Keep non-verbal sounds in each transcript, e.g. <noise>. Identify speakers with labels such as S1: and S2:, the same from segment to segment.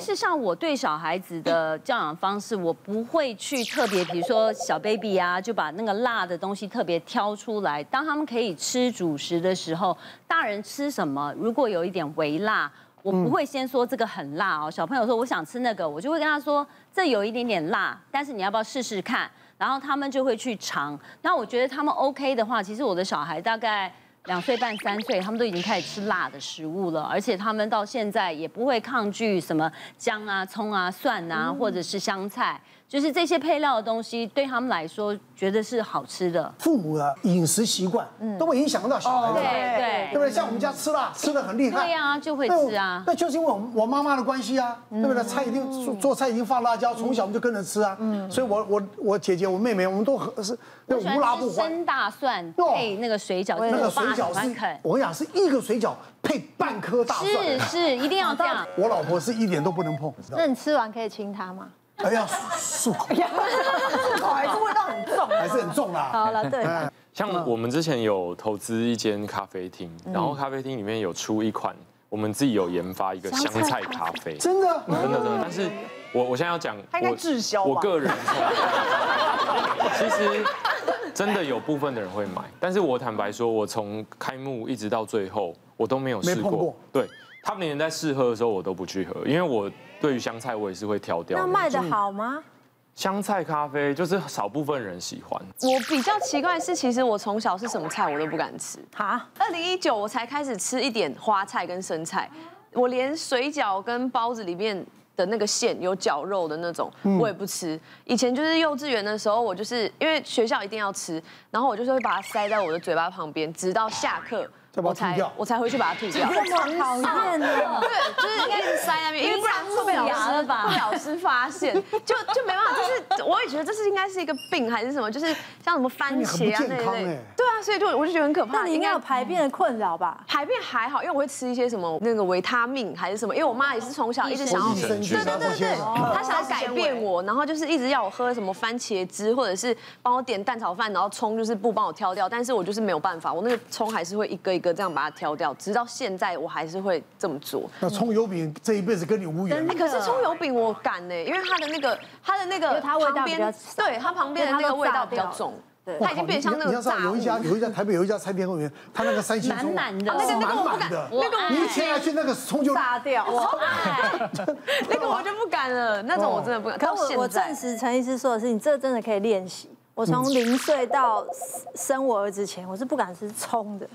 S1: 事实上，我对小孩子的教养方式，我不会去特别，比如说小 baby 啊，就把那个辣的东西特别挑出来。当他们可以吃主食的时候，大人吃什么，如果有一点微辣。我不会先说这个很辣哦，小朋友说我想吃那个，我就会跟他说这有一点点辣，但是你要不要试试看？然后他们就会去尝。那我觉得他们 OK 的话，其实我的小孩大概两岁半、三岁，他们都已经开始吃辣的食物了，而且他们到现在也不会抗拒什么姜啊、葱啊、蒜
S2: 嗯
S1: 啊，或者是香菜，就是这些配料的东西对他们来说，觉得是好吃的。
S2: 父母的饮食习惯都会影响到小孩
S1: 哦
S2: 子
S1: 对
S2: 的。
S1: 对
S2: 对不对？像我们家吃辣吃的很厉害，
S1: 对呀就会吃啊
S2: 那就是因为我我妈妈的关系啊，对不对？菜一定做做菜一定放辣椒，从小我们就跟着吃啊，所以我我我姐姐我妹妹我们都很是对
S1: 喜欢
S2: 无辣不
S1: 吃
S2: 欢。
S1: 生大蒜
S2: 哦
S1: 配那个水饺，
S2: 那
S1: 我
S2: 个水
S1: 爸喜
S2: 饺
S1: 欢
S2: 是
S1: 啃，，
S2: 我跟你讲是一个水饺配半颗大蒜，
S1: 是是，一定要这样。
S2: 我老婆是一点都不能碰，你知道吗
S3: 那你吃完可以亲他吗？
S2: 哎呀，漱口
S4: 还是味道很重。
S2: 还是很重啦。
S3: <laughs> 好了，对，
S5: 像我们之前有投资一间咖啡厅，然后咖啡厅里面有出一款，我们自己有研发一个香菜咖啡，
S2: 真
S5: 真
S2: 的，
S5: 的真的。但是我我现在要讲，
S4: 他应该
S5: 我
S4: 滞销吧
S5: 我个人从， <laughs> 其实真的有部分的人会买，但是我坦白说，我从开幕一直到最后，我都没有试
S2: 没碰过
S5: 过。对他们连在试喝的时候，我都不去喝，因为我对于香菜我也是会挑掉
S3: 那
S5: 的。
S3: 卖的好吗？
S5: 香菜咖啡就是少部分人喜欢。
S6: 我比较奇怪的是，其实我从小是什么菜我都不敢吃。
S4: 哈，
S6: 二零一九我才开始吃一点花菜跟生菜，我连水饺跟包子里面的那个馅有绞肉的那种
S2: 嗯
S6: 我也不吃。以前就是幼稚园的时候，我就是因为学校一定要吃，然后我就是会把它塞到我的嘴巴旁边，直到下课
S2: 再把它
S6: 我
S2: 吐
S6: 才
S2: 掉
S6: 我才回去把它吐掉。
S3: 这么讨厌啊的，
S6: 对，就是一直塞那边， <laughs> 因为不然会被
S1: 你长蛀
S6: 老
S1: 牙
S6: 师
S1: 了吧
S6: 被老师发现，就就没办法。就是我也觉得这是应该是一个病还是什么，就是像什么番茄啊
S2: 那你很不
S6: 那
S2: 健
S6: 一
S2: 康
S6: 类
S2: 哎。
S6: 对啊，所以就我就觉得很可怕。
S3: 那你应该有排便的困扰吧？
S6: 排便还好，因为我会吃一些什么那个维他命还是什么，因为我妈也是从小一直想要
S2: 益生菌
S6: 对对对对，她想要改变我，然后就是一直要我喝什么番茄汁，或者是帮我点蛋炒饭，然后葱就是不帮我挑掉，但是我就是没有办法，我那个葱还是会一个一个这样把它挑掉，直到现在我还是会这么做。
S2: 那葱油饼这一辈子跟你无缘
S6: 哎、。可是葱油饼我敢呢，因为它的那个它的那
S3: 因
S6: 个
S3: 为它味道
S6: 旁
S3: 比较
S6: 边，对它旁边的那个味道比较重，
S3: 对
S6: 它已经变像那
S2: 你
S6: 个
S2: 要知道
S6: 炸
S2: 有一家
S6: 物。
S2: 有一家台北有一家餐厅后面，他那个三星葱
S1: 满满的
S2: 啊是
S6: 那个那个
S2: 满
S6: 我不
S2: 满
S6: 敢
S2: 的，
S1: 那个我
S2: 你一切下去那个葱就
S3: 炸掉。
S6: 那个我就不敢了，那种我真的不敢。
S3: 可
S6: 到现
S3: 哦我我
S6: 在
S3: 证实陈医师说的是，你这真的可以练习。我从零岁到生我儿子前，我是不敢吃葱的。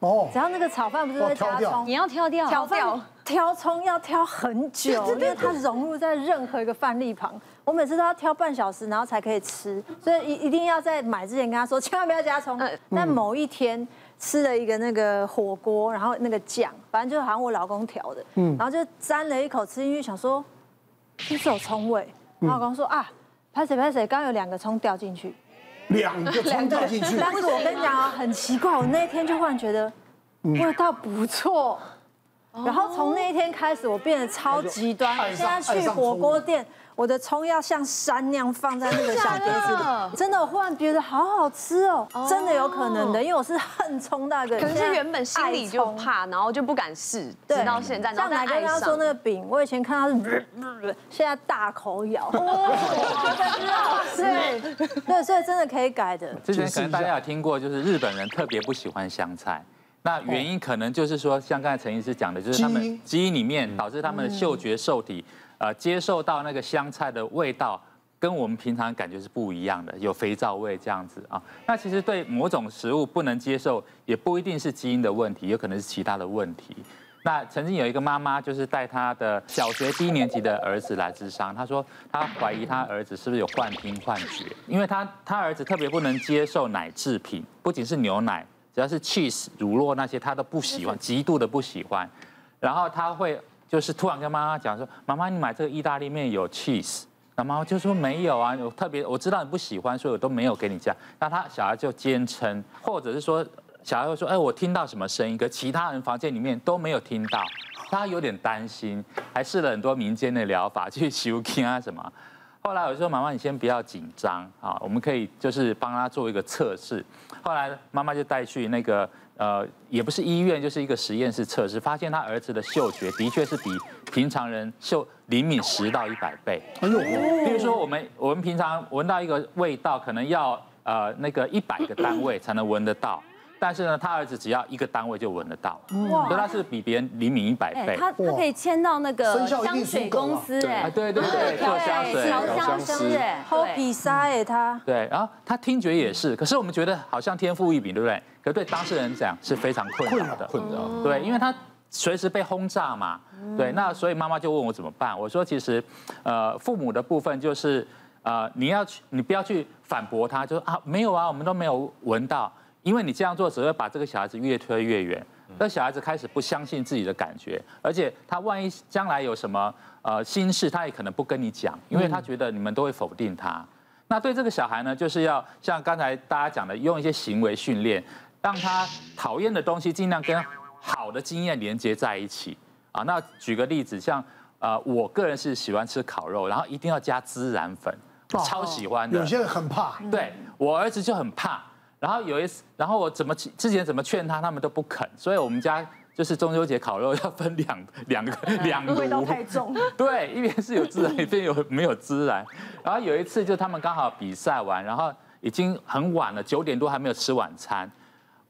S2: 哦
S3: 只，要那个炒饭不是会加
S2: 哦挑掉
S1: 你
S3: 葱，
S1: 要挑掉，
S3: 炒饭挑葱要挑很久，因为它融入在任何一个饭粒旁。我每次都要挑半小时，然后才可以吃，所以一一定要在买之前跟他说，千 <laughs> 万不要加葱
S6: 嗯。
S3: 但某一天吃了一个那个火锅，然后那个酱，反正就好像我老公调的，然后就沾了一口吃进去，想说就是有葱味。然后我老公说啊，拍谁拍谁，刚刚有两个葱掉进去。
S2: 两个葱掉进去，
S3: 但是我跟你讲啊，很奇怪，我那一天就忽然觉得
S2: 嗯
S3: 味道不错。
S6: 哦
S3: 然后从那一天开始，我变得超极端
S2: 爱。
S3: 现
S2: 上
S3: 在去火锅店，我的葱要像山那样放在那个小碟子里。真的，我忽然觉得好好吃哦，真的有可能的，因为我是恨葱到一个。
S6: 可能是原本心里
S3: 现
S6: 就
S3: 在爱葱
S6: 怕，然后就不敢试，
S3: 对
S6: 直到现在，然
S3: 像
S6: 后再
S3: 奶哥
S6: 爱
S3: 刚刚说
S6: 上
S3: 那。个饼，我以前看到是，现在大口 <laughs> 咬，对对，所以真的可以改的。
S7: 之前可能大家有听过，就是日本人特别不喜欢香菜。那原因可能就是说，像刚才陈医师讲的，就是
S2: 哦
S7: 他
S2: 基
S7: 们
S2: 因
S7: 基因里面导致他们的嗅觉受体，呃，接受到那个香菜的味道，跟我们平常感觉是不一样的，有肥皂味这样子啊。那其实对某种食物不能接受，也不一定是基因的问题，有可能是其他的问题。那曾经有一个妈妈，就是带她的小学低年级的儿子来治伤，她说她怀疑她儿子是不是有幻听幻觉，因为她她儿子特别不能接受奶制品，不仅是牛奶，只要是 cheese、乳酪那些，他都不喜欢，极度的不喜欢。然后他会就是突然跟妈妈讲说：“妈妈，你买这个意大利面有 cheese。”那妈妈就说没有啊，我特别我知道你不喜欢，所以我都没有给你加。那他小孩就坚称，或者是说小孩会说，哎，我听到什么声音，可其他人房间里面都没有听到，他有点担心，还试了很多民间的疗法，去修听啊什么。后来我就说妈妈，你先不要紧张啊，我们可以就是帮他做一个测试。后来妈妈就带去那个呃，也不是医院，就是一个实验室测试，发现他儿子的嗅觉的确是比平常人嗅灵敏十到一百倍。
S2: 哎呦，
S7: 比如说我们我们平常闻到一个味道，可能要呃那个一百个单位才能闻得到，但是呢，他儿子只要一个单位就闻得到，所以他是比别人灵敏一百
S1: 哎，
S7: 倍。
S1: 他他可以签到那个
S2: 生效一
S1: 香
S2: 定
S1: 水
S2: 输狗啊
S1: 公司，哎
S7: 啊，，对对
S1: 对，
S7: 对，做香水。
S1: 调
S5: 调
S1: 香
S5: 香
S1: 师，
S5: 师
S1: 哎，
S3: 好
S1: 对
S3: 比赛哎他，
S7: 对，然后他听觉也是，可是我们觉得好像天赋异禀，对不对？可对当事人讲是非常困扰的，
S5: 困扰。
S7: 对，因为他随时被轰炸嘛，对，那所以妈妈就问我怎么办，我说其实，呃，父母的部分就是，呃，你要去，你不要去反驳他，就说啊没有啊，我们都没有闻到，因为你这样做只会把这个小孩子越推越远，
S5: 嗯
S7: 那小孩子开始不相信自己的感觉，而且他万一将来有什么呃心事，他也可能不跟你讲，因为他觉得你们都会否定他。那对这个小孩呢，就是要像刚才大家讲的，用一些行为训练，让他讨厌的东西尽量跟好的经验连接在一起啊。那举个例子，像呃，我个人是喜欢吃烤肉，然后一定要加孜然粉，
S2: 哦
S7: 超喜欢的。
S2: 有些人很怕，
S7: 对我儿子就很怕，然后有一次，然后我怎么之前怎么劝他，他们都不肯，所以我们家就是中秋节烤肉要分两两个两炉，
S4: 味道太重，
S7: 对，一边是有孜然，一边有没有孜然。 <laughs> 然后有一次就他们刚好比赛完，然后已经很晚了，九点多还没有吃晚餐。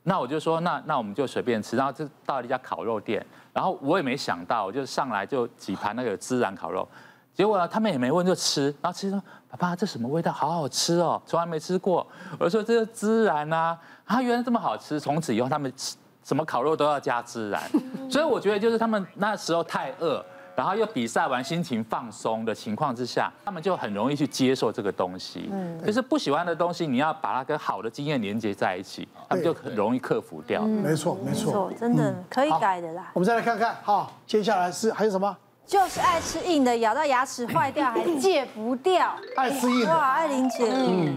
S7: 那我就说，那那我们就随便吃，然后就到了一家烤肉店，然后我也没想到，我就上来就几盘那个孜然烤肉，结果呢，他们也没问就吃，然后吃说爸爸这什么味道，好好吃哦，从来没吃过。我就说这是孜然啊，啊原来这么好吃，从此以后他们吃什么烤肉都要加孜然， <laughs> 所以我觉得就是他们那时候太饿。然后又比赛完心情放松的情况之下，他们就很容易去接受这个东西。嗯，就是不喜欢的东西，你要把它跟好的经验连接在一起，他们就很容易克服掉。
S2: 没错没
S3: 没错
S2: 错。，
S3: 真的可以
S2: 好
S3: 改的啦。
S2: 我们再来看看，好，接下来是还有什么？
S3: 就是爱吃硬的，咬到牙齿坏掉还戒不掉。
S2: 爱吃硬的
S3: 哎哇，艾琳姐，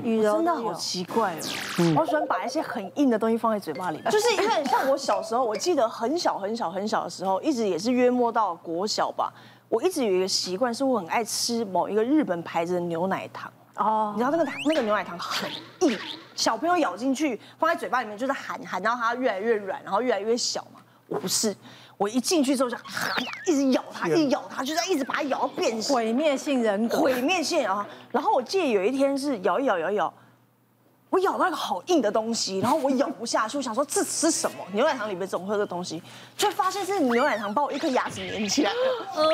S3: 雨柔
S4: 真的
S3: 都有
S4: 好奇怪哦。我喜欢把一些很硬的东西放在嘴巴里，就是因为很像我小时候，我记得很小很小很小的时候，一直也是约莫到国小吧，我一直有一个习惯，是我很爱吃某一个日本牌子的牛奶糖。
S3: 哦
S4: 你知道那个糖那个牛奶糖很硬，小朋友咬进去放在嘴巴里面就是含含，然后它越来越软，然后越来越小嘛。我不是，我一进去之后就含一直咬它，一直咬它，就在一直把它咬到变形，
S3: 毁灭性人格，
S4: 毁灭性啊。然后我记得有一天是咬一咬咬一咬，我咬到一个好硬的东西，然后我咬不下去，我想说这是什么？牛奶糖里面总会有这东西，却发现是牛奶糖把我一颗牙齿粘起来了，就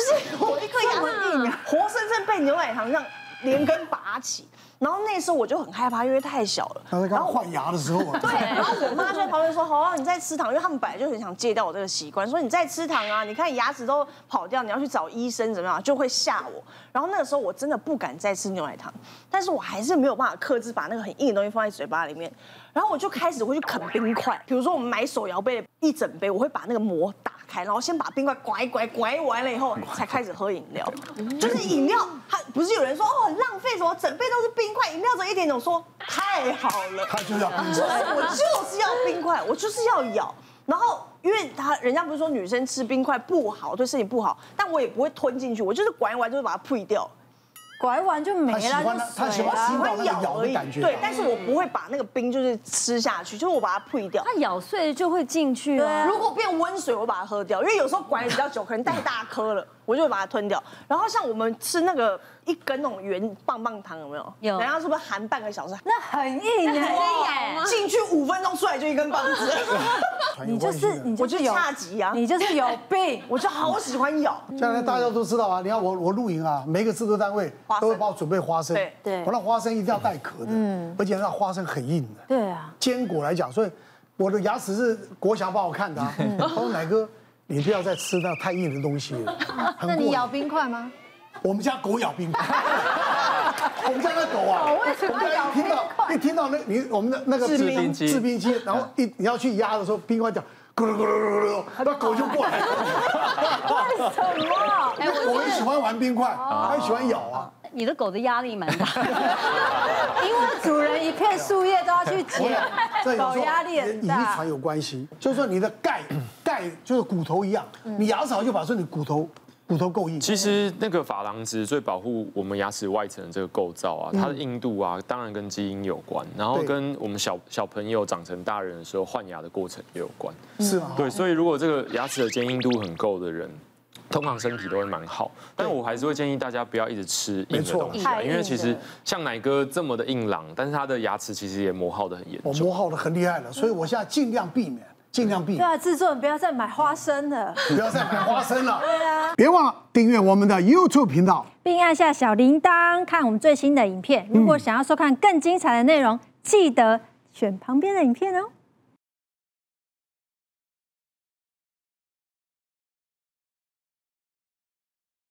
S4: 是嗯我一颗牙齿啊活生生被牛奶糖让连根拔起。然后那时候我就很害怕，因为太小了。
S2: 他在刚换牙的时候啊，
S4: 对，然后我妈就在旁边说：“好啊，你再吃糖，因为他们本来就很想戒掉我这个习惯，说你再吃糖啊，你看牙齿都跑掉，你要去找医生怎么样，就会吓我。”然后那个时候我真的不敢再吃牛奶糖，但是我还是没有办法克制把那个很硬的东西放在嘴巴里面，然后我就开始会去啃冰块，比如说我们买手摇杯一整杯，我会把那个膜打开，然后先把冰块拐一拐拐完了以后，才开始喝饮料。就是饮料，它不是有人说哦很浪费，什么整杯都是冰块，饮料只有一点点，我说太好了。
S2: 他就要
S4: 就是我就是要冰块，我就是要咬。然后因为他人家不是说女生吃冰块不好，对身体不好，但我也不会吞进去，我就是管一玩就会把它吐掉，
S3: 拐完就没
S2: 他
S3: 了，
S2: 喜欢的
S3: 就
S2: 他喜
S3: 水了
S2: 欢吃到
S4: 喜
S2: 那
S4: 欢
S2: 个
S4: 咬
S2: 咬
S4: 而
S2: 的
S4: 已。
S2: 感觉。
S4: 对，但是我不会把那个冰就是吃下去，就是我把它吐掉。
S1: 它咬碎就会进去
S3: 对
S1: 哦
S3: 啊。
S4: 如果变温水，我把它喝掉，因为有时候管比较久，可能太大颗了，我就会把它吞掉。然后像我们吃那个一根那种圆棒棒糖，有没有？
S1: 有
S4: 人家是不是含半个小时？
S3: 那很硬哎，
S1: 咬
S4: 进去五分钟，出来就一根棒 <laughs> 子。
S3: 你就是你
S4: 我
S3: 就
S4: 就是
S3: 有
S4: 恰吉啊，
S3: 你就是有
S4: <laughs>
S3: 病，
S4: 我就好喜欢咬。
S2: 将来大家都知道啊，你看我我露营啊，每个制作单位
S4: 花生
S2: 都会帮我准备花生，
S4: 对
S3: 对
S2: 我那花生一定要带壳的，而且那花生很硬的，
S3: 对啊，
S2: 坚果来讲，所以我的牙齿是国强帮我看的、
S3: <laughs>
S2: 啊，
S3: 嗯
S2: 他说奶哥，你不要再吃那太硬的东西
S3: <laughs>
S2: 了，很过瘾。
S3: 冰块吗？
S2: 我们家狗咬冰块。 <laughs> 我们家那狗啊，
S3: 狗哦为什么
S2: 我们家
S3: 要咬
S2: 一听到一听到那你我们的那个
S7: 制冰机
S2: 制冰
S3: <laughs>
S2: 机，然后一你要去压的时候，冰块掉，咕噜咕噜咕噜咕噜，那狗就过来了。
S3: <laughs> 什么？
S1: 哎，
S2: 我
S1: 我
S2: 们
S1: 是
S2: 喜欢玩冰块，还喜欢咬啊。
S1: 你的狗的压力蛮大的，
S3: 因为主人一片树叶都要去捡，
S2: 这有
S3: 狗
S2: 时候
S3: 啊压力很
S2: 遗
S3: 大
S2: 传。
S3: 嗯
S2: 有关系，就是说你的钙钙就是骨头一样，你牙齿好就把说你骨头骨头够硬。
S5: 其实那个珐琅质最保护我们牙齿外层的这个构造啊，它的硬度啊，当然跟基因有关，然后
S2: 对
S5: 跟我们小小朋友长成大人的时候换牙的过程也有关。
S2: 是吗？
S5: 对，所以如果这个牙齿的坚硬度很够的人。通常身体都会蛮好，但我还是会建议大家不要一直吃硬
S2: 没
S5: 的
S2: 错
S5: 东西、啊，
S1: 太硬
S5: 因
S1: 的
S5: 为其实像奶哥这么的硬朗，但是他的牙齿其实也磨耗的很严
S2: 我
S5: 重。
S2: 磨耗的很厉害了，所以我现在尽量避免，尽量避
S3: 对
S2: 免，
S3: 啊，制作人不要再买花生了，
S2: 不要再买花生了。对啊，别忘了订阅我们的 YouTube 频道。
S8: 并按下小铃铛看我们最新的影片。如果想要收看更精彩的内容，记得选旁边的影片哦。